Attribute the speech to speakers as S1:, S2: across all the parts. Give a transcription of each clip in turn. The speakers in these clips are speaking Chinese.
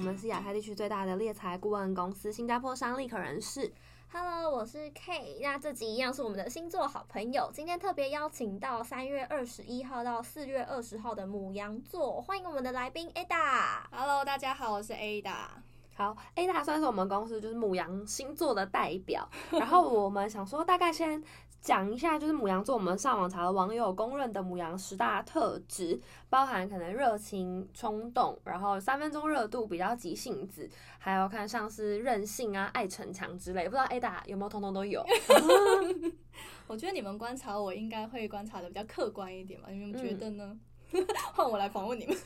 S1: 们是亚太地区最大的猎财顾问公司——新加坡商立可人事。
S2: Hello，我是 K。那这集一样是我们的星座好朋友，今天特别邀请到三月二十一号到四月二十号的母羊座，欢迎我们的来宾 Ada。
S3: Hello，大家好，我是 Ada。
S1: 好，Ada 算是我们公司就是母羊星座的代表。然后我们想说，大概先讲一下，就是母羊座，我们上网查了网友公认的母羊十大特质，包含可能热情、冲动，然后三分钟热度，比较急性子，还有看像是任性啊、爱逞强之类。不知道 Ada 有没有通通都有？
S3: 我觉得你们观察我应该会观察的比较客观一点吧，你们觉得呢？
S2: 嗯
S3: 换我来访问你们。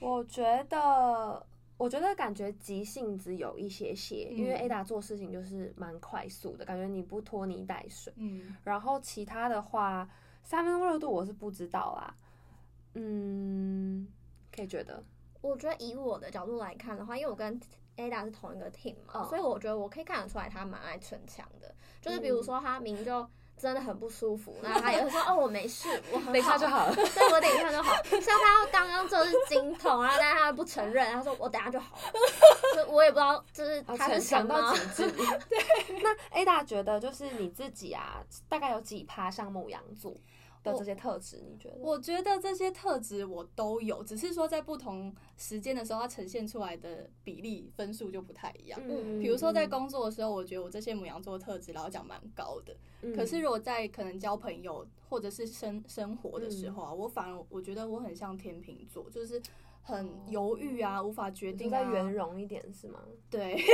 S1: 我觉得，我觉得感觉急性子有一些些，因为
S3: 嗯
S1: Ada 做事情就是蛮快速的，感觉你不拖泥带水。
S3: 嗯，
S1: 然后其他的话，三分钟热度我是不知道啦。嗯，可以觉得，
S2: 我觉得以我的角度来看的话，因为我跟 Ada 是同一个 team 嘛，
S1: 嗯
S2: 所以我觉得我可以看得出来他蛮爱逞强的。就是比
S1: 嗯
S2: 如说他明明就真的很不舒服，那 他也会说哦我没事，我很好
S1: 等一下就好了。
S2: 对我等一下就好。像他刚刚就是精通，然后但是他不承认，他说我等一下就好了。就我也不知道，就是
S1: 啊
S2: 他是
S1: 逞
S2: 什
S1: 强到
S2: 么哦
S1: 极 致。那 Ada 觉得就是你自己啊，大概有几趴像母羊座的这些特质？你觉得？
S3: 我觉得这些特质我都有，只是说在不同时间的时候，它呈现出来的比例分数就不太一
S2: 嗯
S3: 样。
S1: 嗯
S3: 嗯比如说在工作的时候，我觉得我这些母羊座特质老实讲蛮高的。
S1: 嗯，
S3: 可是如果在可能交朋友或者是生生活的
S1: 嗯
S3: 时候啊，我反而我觉得我很像天秤座，就是很犹豫啊，无法决
S1: 哦你说
S3: 定
S1: 再
S3: 啊，
S1: 圆融一点是吗？
S3: 对，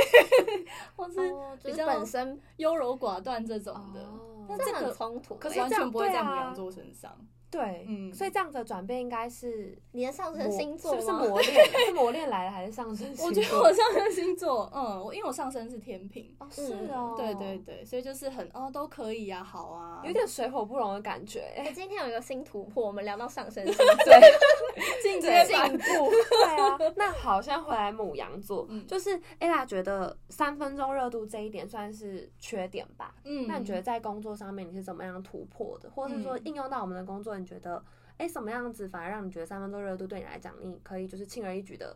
S3: 或是
S2: 哦就
S3: 比
S2: 是
S3: 较
S2: 本身
S3: 优柔寡断这种的。
S1: 哦
S3: 那
S2: 这
S3: 这
S2: 很
S3: 个
S2: 冲突欸。
S1: 可
S3: 可是
S1: 是
S3: 完
S1: 这
S3: 全
S1: 样
S3: 不会
S1: 对
S3: 在
S1: 啊
S3: 母羊座身 上，
S1: 对，
S3: 嗯
S1: 所以这样子的转变应该是
S2: 你的上升
S1: 磨
S2: 星座
S1: 是不是
S2: 吗
S1: 磨 练？是磨练来的还是上升星座？嗯
S3: 我觉得我上升星座，嗯，我因为我上升是天平，
S1: 哦是哦，
S3: 对对对，所以就是很哦都可以啊，好啊，
S1: 有点水火不容的感觉。哎
S2: 欸今天有一个新突破，我们聊到上升 星
S1: 对，
S3: 进阶
S1: 对
S3: 版
S1: 进步。对啊，那好像回来母羊座，
S3: 嗯
S1: 就是 Ella 觉得三分钟热度这一点算是缺点吧？
S3: 嗯
S1: 那你觉得在工作上面你是怎么样突破的，或是说
S3: 嗯
S1: 应用到我们的工作，你觉得哎什么样子反而让你觉得三分钟热度对你来讲，你可以就是轻而易举的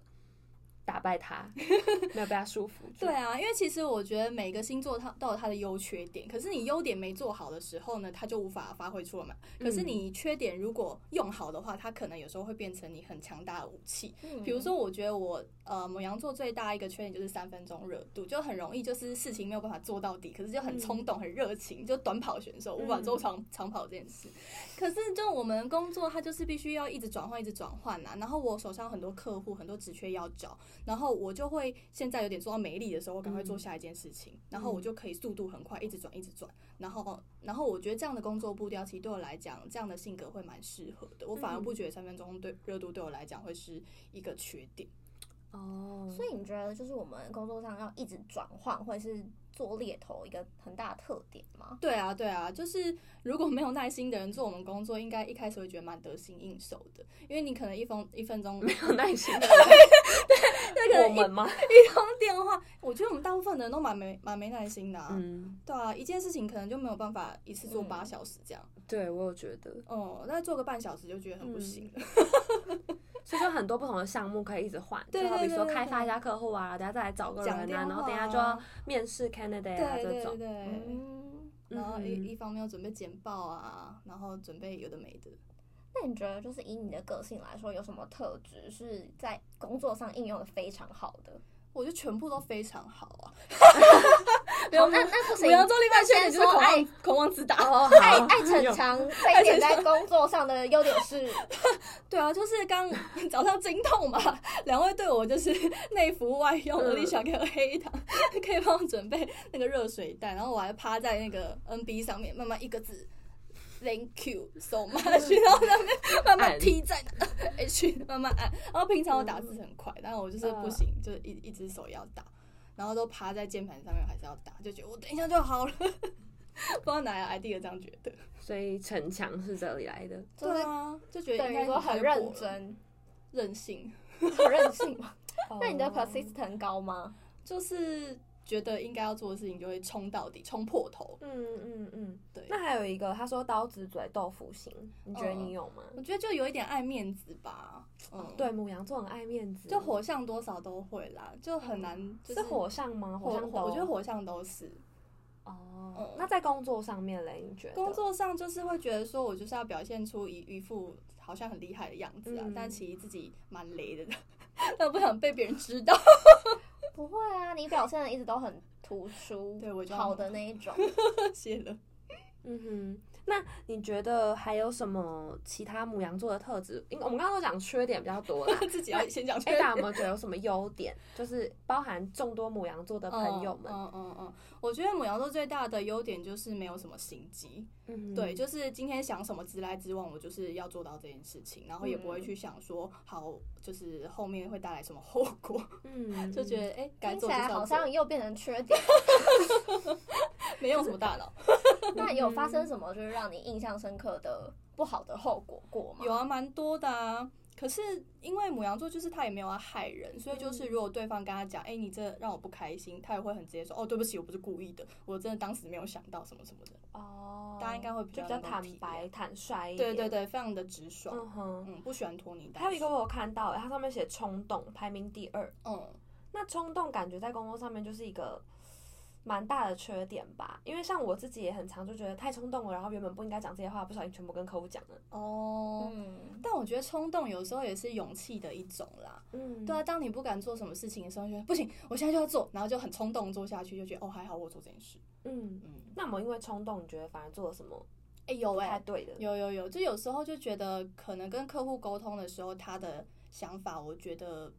S1: 打败它， 没有被它束缚住？
S3: 对啊，因为其实我觉得每个星座它都有它的优缺点，可是你优点没做好的时候呢，它就无法发挥出来嘛。可是
S1: 嗯
S3: 你缺点如果用好的话，它可能有时候会变成你很强大的武器。
S2: 座。
S3: 比如说，我觉得我呃母羊座最大一个缺点就是三分钟热度，就很容易就是事情没有办法做到底，可是就很冲动、很热情，就短跑选手无法做长长跑这件事。可是就我们工作，它就是必须要一直转换、一直转换啊呐。然后我手上很多客户、很多职缺要找，然后我就会现在有点做到没力的时候，我赶快做下一件事情，然后我就可以速度很快，一直转、一直转。然后，然后我觉得这样的工作步调，其实对我来讲，这样的性格会蛮适合的。我反而
S1: 嗯
S3: 不觉得三分钟对热度对我来讲会是一个缺点。
S1: 哦，
S2: 所以你觉得就是我们工作上要一直转换，会是做猎头一个很大的特点吗？
S3: 对啊，对啊，就是如果没有耐心的人做我们工作，应该一开始会觉得蛮得心应手的，因为你可能一封 一分钟一
S1: 有耐心的
S3: 那个
S1: 我们吗？
S3: 通电话，我觉得我们大部分人都蛮没蛮没耐心的、啊。
S1: 嗯，
S3: 对啊，一件事情可能就没有办法一次做
S2: 嗯
S3: 八小时这样，
S1: 对我有觉得，
S3: 哦、那做个半小时就觉得很不行了。
S1: 所以说很多不同的项目可以一直换，
S3: 对
S1: 就好比
S3: 对对
S1: 说
S3: 对
S1: 开发一下客户啊，等下再来找个人
S3: 讲
S1: 啊，
S3: 电话啊
S1: 然后等下就要面试 candidate 啊这
S3: 对对对
S1: 种。
S3: 对，
S2: 嗯，
S3: 然后
S1: 嗯哼
S3: 一一方面要准备简报啊，然后准备有的没的。
S2: 那你觉得就是以你的个性来说，有什么特质是在工作上应用的非常好的？
S3: 我觉得全部都非常好啊！
S2: 好，哦那那不行，
S3: 母羊座另外缺点就是恐
S2: 爱
S3: 慌恐慌自大。
S1: 哦，
S2: 爱
S1: 好，
S2: 爱逞强这一点在工作上的优点 是，
S3: 对啊，就是 刚早上经痛嘛，两位对我就是内服外用，
S1: 嗯
S3: 我立想给我黑糖， 可以帮我准备那个热水袋，然后我还趴在那个 NB 上面，慢慢一个字。Thank you so much，然后在那边慢慢
S1: 按
S3: 踢在那个 H，慢慢按。然后平常我打字很快，但我就是不行，
S2: 嗯
S3: 就是一一只手要打，然后都趴在键盘上面还是要打，就觉得我等一下就好了。不 知道哪来 idea 这样觉得。
S1: 所以逞强是这里来的。
S2: 就是
S3: 啊，就觉得
S2: 等
S3: 应
S2: 于
S3: 该
S2: 说很
S3: 太过
S2: 认
S3: 了、
S2: 真、
S3: 任性。
S2: 很任性嘛。那你的
S1: 哦
S2: persist 很高吗？
S3: 就是觉得应该要做的事情，就会冲到底，冲破头。
S1: 嗯嗯嗯，
S3: 对，
S1: 那还有一个，他说刀子嘴豆腐心，你觉得你
S3: 哦
S1: 有吗？
S3: 我觉得就有一点爱面子吧，嗯，
S1: 对，，母羊座很爱面子，
S3: 就火象多少都会啦，就很难，就是
S1: 火象吗？
S3: 火
S1: 象
S3: 火，
S1: 豆，
S3: 我觉得火象都是。
S1: 哦
S3: 嗯。
S1: 那在工作上面嘞，你觉得？
S3: 工作上就是会觉得说我就是要表现出一一副好像很厉害的样子啊，
S1: 嗯
S3: 但其实自己蛮雷的， 但不想被别人知 道。
S2: 不会啊，你表现的一直都很突出，
S3: 对我就
S2: 好的那一种。
S3: 谢了。。
S1: 嗯哼，那你觉得还有什么其他母羊座的特质？因为我们刚刚都讲缺点比较多啦
S3: 自己要先讲 缺
S1: 哎，大家
S3: 点。
S1: 有没有觉得有什么优点？就是包含众多母羊座的朋友们，
S3: 嗯嗯嗯嗯，我觉得母羊座最大的优点就是没有什么心机，
S1: 嗯，
S3: 对，，就是今天想什么直来直往，我就是要做到这件事情，然后也
S1: 嗯
S3: 不会去想说好，就是后面会带来什么后果，
S1: 嗯，
S3: 就觉得哎，该、
S2: 听起
S3: 做就是
S2: 来
S3: 要做
S2: 好像又变成缺点，
S3: 没用什么大脑。
S2: 那有发
S1: 嗯
S2: 生什么就是让你印象深刻的不好的后果过吗？
S3: 有啊，蛮多的啊。可是因为母羊座就是他也没有要害人，所以
S1: 嗯
S3: 就是如果对方跟他讲，哎、你这让我不开心，他也会很直接说，哦，对不起，我不是故意的，我真的当时没有想到什么什么的。
S1: 哦，
S3: 大家应该会比
S1: 就
S3: 较
S1: 比较
S3: 能够
S1: 坦
S3: 体
S1: 白、坦率一
S3: 对
S1: 点。
S3: 对对，非常的直爽，
S1: 嗯哼。
S3: 嗯，不喜欢拖泥带水。
S1: 还有一个我有看到、欸，它上面写冲动，排名第二。
S3: 嗯，
S1: 那冲动感觉在工作上面就是一个蛮大的缺点吧，因为像我自己也很常就觉得太冲动了，然后原本不应该讲这些话，不小心全部跟客户讲了。
S3: 哦。
S2: 嗯，
S3: 但我觉得冲动有时候也是勇气的一种啦。
S1: 嗯
S3: 对啊，当你不敢做什么事情的时候，就觉得不行，我现在就要做，然后就很冲动做下去，就觉得哦，还好我做这件事。
S1: 嗯。
S3: 嗯，
S1: 那我们因为冲动，你觉得反而做了什么
S3: 哎、有
S1: 不
S3: 哎、
S1: 太对的？
S3: 有有有，就有时候就觉得可能跟客户沟通的时候，他的想法我觉得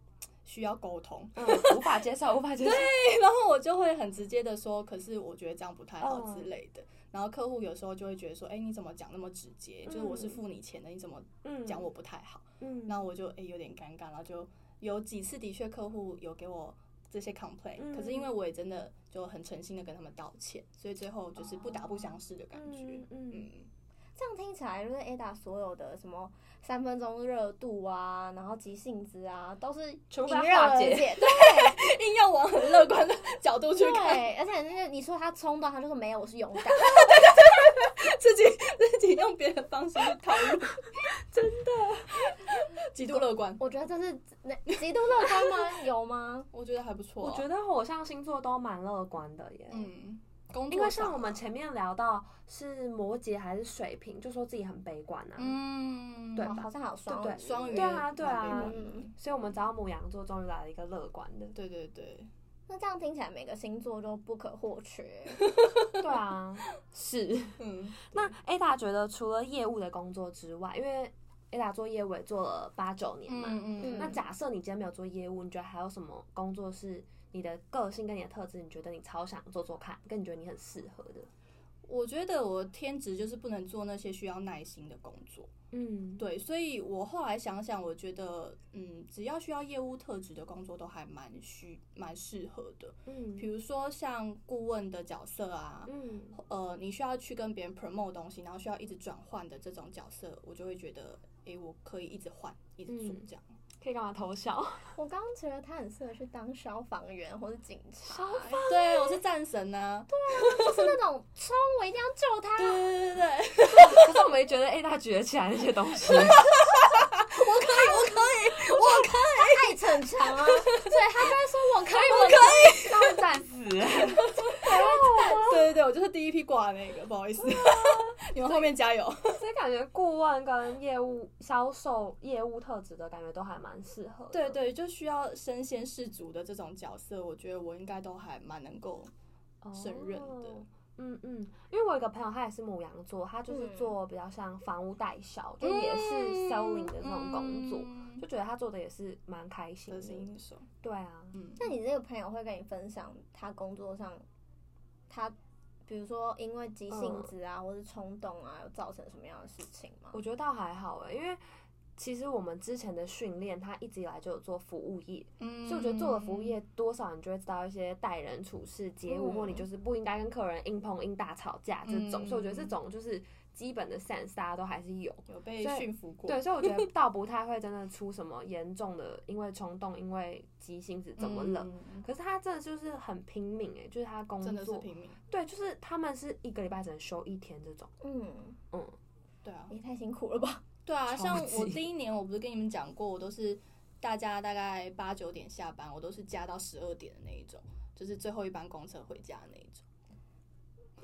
S3: 需要沟通，
S1: 嗯，无法接受，无法接受。
S3: 然后我就会很直接的说，可是我觉得这样不太好
S1: 嗯
S3: 之类的。然后客户有时候就会觉得说，哎、你怎么讲那么直接？就是我是付你钱的，你怎么
S1: 嗯，
S3: 讲我不太好？
S1: 嗯，
S3: 然后我就哎、有点尴尬，然后就有几次的确客户有给我。这些 complaint，、
S1: 嗯
S3: 可是因为我也真的就很诚心的跟他们道歉，所以最后就是不打不相识的感觉。
S1: 嗯嗯
S3: 嗯
S2: 这样听起来就是 Ada 所有的什么三分钟热度啊，然后急性子啊，都是
S1: 全部
S2: 迎
S1: 把它
S2: 刃
S1: 化
S2: 而
S1: 解
S2: 解。对
S3: 硬要往很乐观的角度去看，
S2: 对，而且那个你说他冲动，他就说没有，我是勇敢。
S3: 自己自己用别的方式去套 路，真的极度乐观，
S2: 我觉得这是那极度乐观吗？ 有吗？
S3: 我觉得还不错、
S1: 我觉得火象星座都蛮乐观的耶。
S3: 嗯，工作
S1: 因为像我们前面聊到是摩羯还是水瓶，就说自己很悲观啊。
S3: 嗯
S1: 对
S2: 哦
S1: 吧
S2: 好像还有双
S1: 对
S2: 鱼
S3: 双鱼
S1: 对啊对啊
S3: 蛮悲观的。
S2: 嗯，
S1: 所以我们找到母羊座，终于来了一个乐观的
S3: 对对对，
S2: 那这样听起来每个星座都不可或缺。
S1: 对啊，是。
S3: 嗯，
S1: 那 Ada 觉得除了业务的工作之外，因为 Ada 做业务也做了八九年嘛，
S3: 嗯
S1: 那假设你今天没有做业务，你觉得还有什么工作是你的个性跟你的特质，你觉得你超想做做看，跟你觉得你很适合的？
S3: 我觉得我天职就是不能做那些需要耐心的工作，
S1: 嗯，
S3: 对，所以我后来想想，我觉得，嗯，只要需要业务特质的工作，都还蛮需蛮适合的，比
S1: 嗯
S3: 如说像顾问的角色啊，
S1: 嗯
S3: 呃，你需要去跟别人 promote 东西，然后需要一直转换的这种角色，我就会觉得，诶，我可以一直换，一直做
S1: 嗯
S3: 这样。
S1: 可以干嘛偷 笑？
S2: 我刚刚觉得他很适合去当消防员或者警察，
S1: 消防
S3: 对，我是战神呢、
S2: 就是那种冲，我一定要救他，
S3: 对对对对，对
S1: 可是我没觉得 Ada 举得起来那些东西。
S2: 爱逞强啊，所以他就会说我可以，我可
S1: 他会战死、
S3: 对对对，我就是第一批挂的那个，不好意思， 你们后面加油。
S1: 所以感觉顾问跟业务、销售、业务特质的感觉都还蛮适合的。
S3: 对对，就需要身先士卒的这种角色，我觉得我应该都还蛮能够。
S1: 哦，
S3: 胜任的
S1: 嗯嗯，因为我有一个朋友，他也是母羊座，他就是
S2: 嗯
S1: 做比较像房屋代销，就嗯也是 selling 的那种工作，
S3: 嗯
S1: 就觉得他做的也是蛮开心
S3: 得心
S1: 的。
S3: 应手。
S1: 对啊，
S3: 嗯，
S2: 那你这个朋友会跟你分享他工作上，他比如说因为急性子啊，或是冲动啊，有造成什么样的事情
S1: 欸
S2: 吗？
S1: 我觉得倒还好诶、因为。其实我们之前的训练，它一直以来就有做服务业，
S3: 嗯
S1: 所以我觉得做了服务业，多少你就会知道一些待人处事、接物，
S3: 嗯
S1: 或你就是不应该跟客人硬碰硬、大吵架这种。
S3: 嗯
S1: 所以我觉得这种就是基本的 sense，大家都还是有。
S3: 有被
S1: 所以
S3: 驯服过，
S1: 对，，所以我 觉得倒不太会真的出什么严重的，因为冲动、因为急性子怎么了。？可是他真的就是很拼命哎、嗯就是他工
S3: 嗯真的是
S1: 作，
S3: 平民，
S1: 对，就是他们是一个礼拜只能休一天这种，
S2: 嗯，
S1: 嗯，
S3: 对啊，
S2: 也太辛苦了吧？
S3: 对啊，
S1: 超
S3: 像我
S1: 级
S3: 第一年，我不是跟你们讲过，我都是大家大概八九点下班，我都是加到十二点的那一种，就是最后一班公车回家的那一种。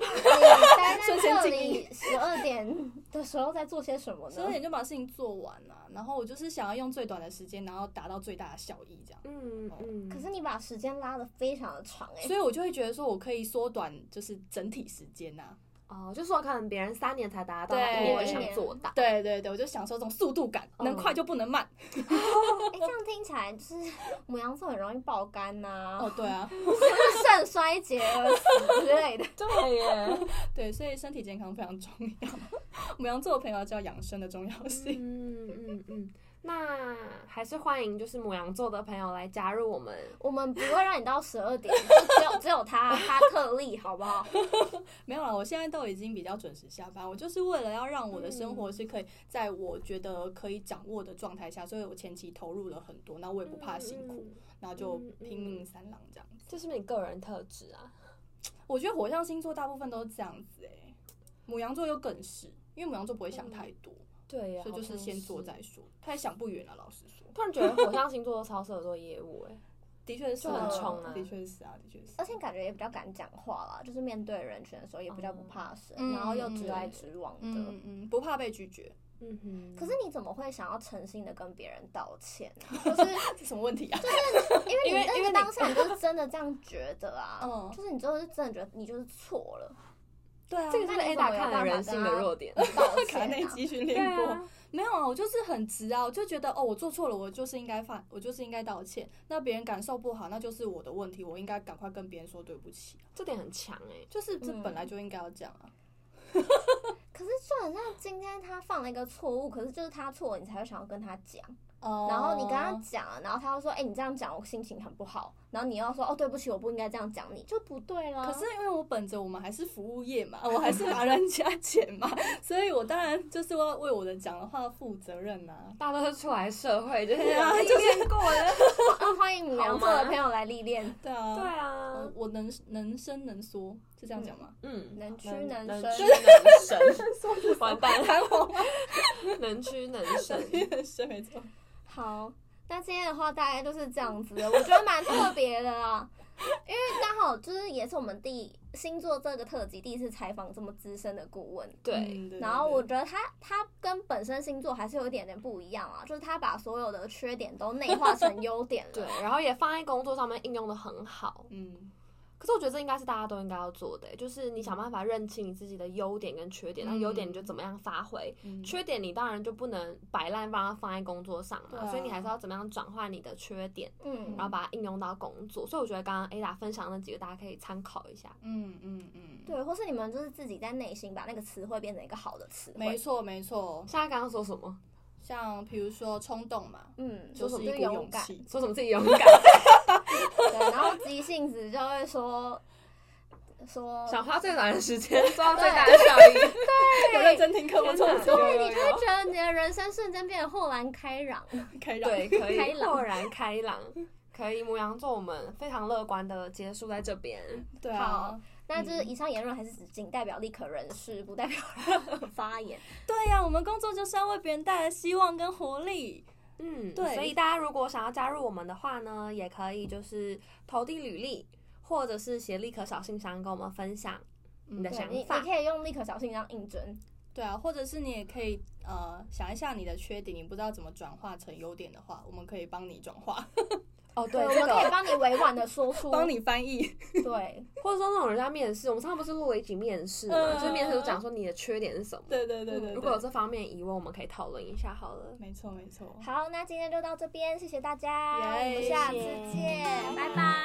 S2: 你待
S3: 瞬
S2: 在
S3: 间
S2: 这
S3: 静音
S2: 里十二点的时候在做些什
S1: 嗯
S2: 么
S3: 十二
S2: 呢？
S3: 点就把事情做完了、啊然后我就是想要用最短的时间，然后达到最大的效益，这样。
S1: 嗯嗯。
S2: 可是你把时间拉的非常的长哎、
S3: 所以我就会觉得说，我可以缩短就是整体时间啊呐、
S1: 哦，就说可能别人三年才达到，
S3: 对
S1: 他一年
S3: 我
S1: 就
S3: 一
S1: 想
S2: 年
S1: 做到。
S3: 对对对，我就享受这种速度感，
S1: 嗯
S3: 能快就不能慢。
S2: 哎、这样听起来就是母羊座很容易爆肝呐、
S3: 哦，对啊，
S2: 肾衰竭而死之 类的。
S1: 对耶，
S3: 对，所以身体健康非常重要。母羊座的朋友知道养生的重要性。
S1: 嗯嗯嗯，那还是欢迎就是母羊座的朋友来加入我们。
S2: 我们不会让你到十二点，就只有只有他，他特例，好不好？
S3: 没有啦，我现在都已经比较准时下班，我就是为了要让我的生
S1: 嗯
S3: 活是可以在我觉得可以掌握的状态下，所以我前期投入了很多，那我也不怕辛苦，
S1: 嗯，
S3: 然后就拼命三郎这样子。
S1: 这是不是你个人特质啊？
S3: 我觉得火象星座大部分都是这样子诶、母羊座又更是，因为母羊座不会
S1: 嗯
S3: 想太多，
S1: 对呀，
S3: 所以就是
S1: 好像
S3: 先做再。说，他也想不远啊。老实说，
S1: 突然觉得火象星座都超适合做业务哎、
S3: 的确是
S1: 就
S2: 很冲
S1: 啊
S3: 的确是啊，的确是。
S2: 而且感觉也比较敢讲话啦，就是面对人群的时候也比较不怕生，
S3: 嗯
S2: 然后又直来直往的。
S3: 嗯嗯，不怕被拒绝，
S1: 嗯哼
S2: 可是你怎么会想要诚心的跟别人道歉 呢、就是
S3: 这什么问题啊？
S2: 因为
S3: 因为
S2: 你那
S3: 因为
S2: 个
S3: 你
S2: 当下你就是真的这样觉得啊，
S3: 嗯
S2: 就是你就是真的觉得你就是错了，
S3: 对啊，
S1: 这个是不是
S2: 那你怎么
S1: Ada
S2: 有
S1: 看
S2: 办法
S1: 了人性的
S2: 跟他
S1: 弱 点？
S2: 道
S3: 卡
S2: 歉、
S3: 内
S2: 啊。
S3: 基训
S1: 对
S3: 练过。
S1: 啊，
S3: 没有啊，我就是很直啊，我就觉得哦，我做错了，我就是应该犯，我就是应该道歉。那别人感受不好，那就是我的问题，我应该赶快跟别人说对不起。啊
S1: 这点很强哎、
S3: 就是这
S2: 嗯
S3: 本来就应该要这样啊。
S2: 可是就很像今天他犯了一个错误，可是就是他错了，你才会想要跟他讲。
S3: 哦
S2: 然后你跟他讲了，然后他又说：“哎、你这样讲我心情很不好。”然后你又说：“哦，对不起，我不应该这样讲你，就不对啦。”
S3: 可是因为我本着我们还是服务业嘛，我还是拿人家 钱嘛，所以我当然就是要为我的讲的话负责任呐、啊。
S1: 大家都是出来社会， 就是
S3: 对啊
S1: 历练过的。
S2: 啊，欢迎母羊座的朋友来历练，
S3: 对啊，
S1: 对
S3: 呃
S1: 啊，
S3: 我能能伸能缩，是这样讲吗？
S1: 嗯，
S2: 能屈能伸。
S1: 屈能伸，完蛋，
S3: 弹簧吗？
S1: 能屈能伸。
S3: 能伸没错。
S2: 好，那今天的话大概就是这样子的，我觉得蛮特别的 啦。因为刚好就是也是我们第星座这个特辑第一次采访这么资深的顾问，
S1: 对，
S3: 嗯，对
S2: 然后我
S3: 对
S2: 觉得他他跟本身星座还是有一点点不一样啊，就是他把所有的缺点都内化成优点了。
S1: 对，然后也放在工作上面应用的很好。
S3: 嗯，
S1: 可是我觉得这应该是大家都应该要做的、欸就是你想办法认清你自己的优点跟缺点，那
S3: 嗯
S1: 优点你就怎么样发挥，
S3: 嗯
S1: 缺点你当然就不能摆烂，把它放在工作上
S3: 对
S1: 嘛，
S3: 啊
S1: 所以你还是要怎么样转换你的缺点，
S2: 嗯
S1: 然后把它应用到工作。所以我觉得刚刚 Ada 分享的那几个，大家可以参考一下。
S3: 嗯嗯嗯，
S2: 对，或是你们就是自己在内心把那个词汇变成一个好的词
S3: 没
S2: 汇，
S3: 错没错。
S1: 现在刚刚说什么？
S3: 像比如说冲动嘛，
S2: 嗯，
S3: 就
S2: 就是是
S3: 一股
S2: 勇
S3: 勇
S2: 敢，
S3: 气。
S1: 说什么自己勇敢？
S2: 对，然后急性子就会说说，
S1: 想花最短的时间做到最大的效益。
S3: 有认真听课吗？
S1: 天哪
S3: 冲动
S1: 有有有
S2: 你就会觉得你的人生瞬间变得豁然开朗，
S3: 开朗，
S1: 对，可
S2: 开
S1: 以
S2: 朗
S1: 豁然开朗，可以母羊座，我们非常乐观的结束在这边。
S3: 对
S2: 好
S3: 啊，
S2: 那就是以上言论还是只仅代表立可人士，不代表任何发言。
S3: 对呀、我们工作就是要为别人带来希望跟活力。
S1: 嗯，
S3: 对
S1: 所以大家如果想要加入我们的话呢，也可以就是投递履历，或者是写立刻小信箱跟我们分享你的
S2: 嗯对
S1: 想
S2: 你，你
S1: 法。
S2: 可以用立可小信这样应征，
S3: 对啊，或者是你也可以呃想一下你的缺点，你不知道怎么转化成优点的话，我们可以帮你转化，
S1: 哦，对，
S2: 我
S1: 这
S2: 们可以
S1: 个
S2: 帮你委婉的说 出，
S3: 帮你翻译。
S2: 对，
S1: 或者说那种人家面试，我们上次不是录了一集面试嘛，
S3: 嗯
S1: 就是面试就讲说你的缺点是什么。
S3: 对对对对对
S1: 嗯如果有这方面疑问，我们可以讨论一下好了。
S3: 没错没错，
S2: 好，那今天就到这边，谢谢大家，我
S3: 耶
S2: 们下次
S1: 谢谢
S2: 见，拜拜。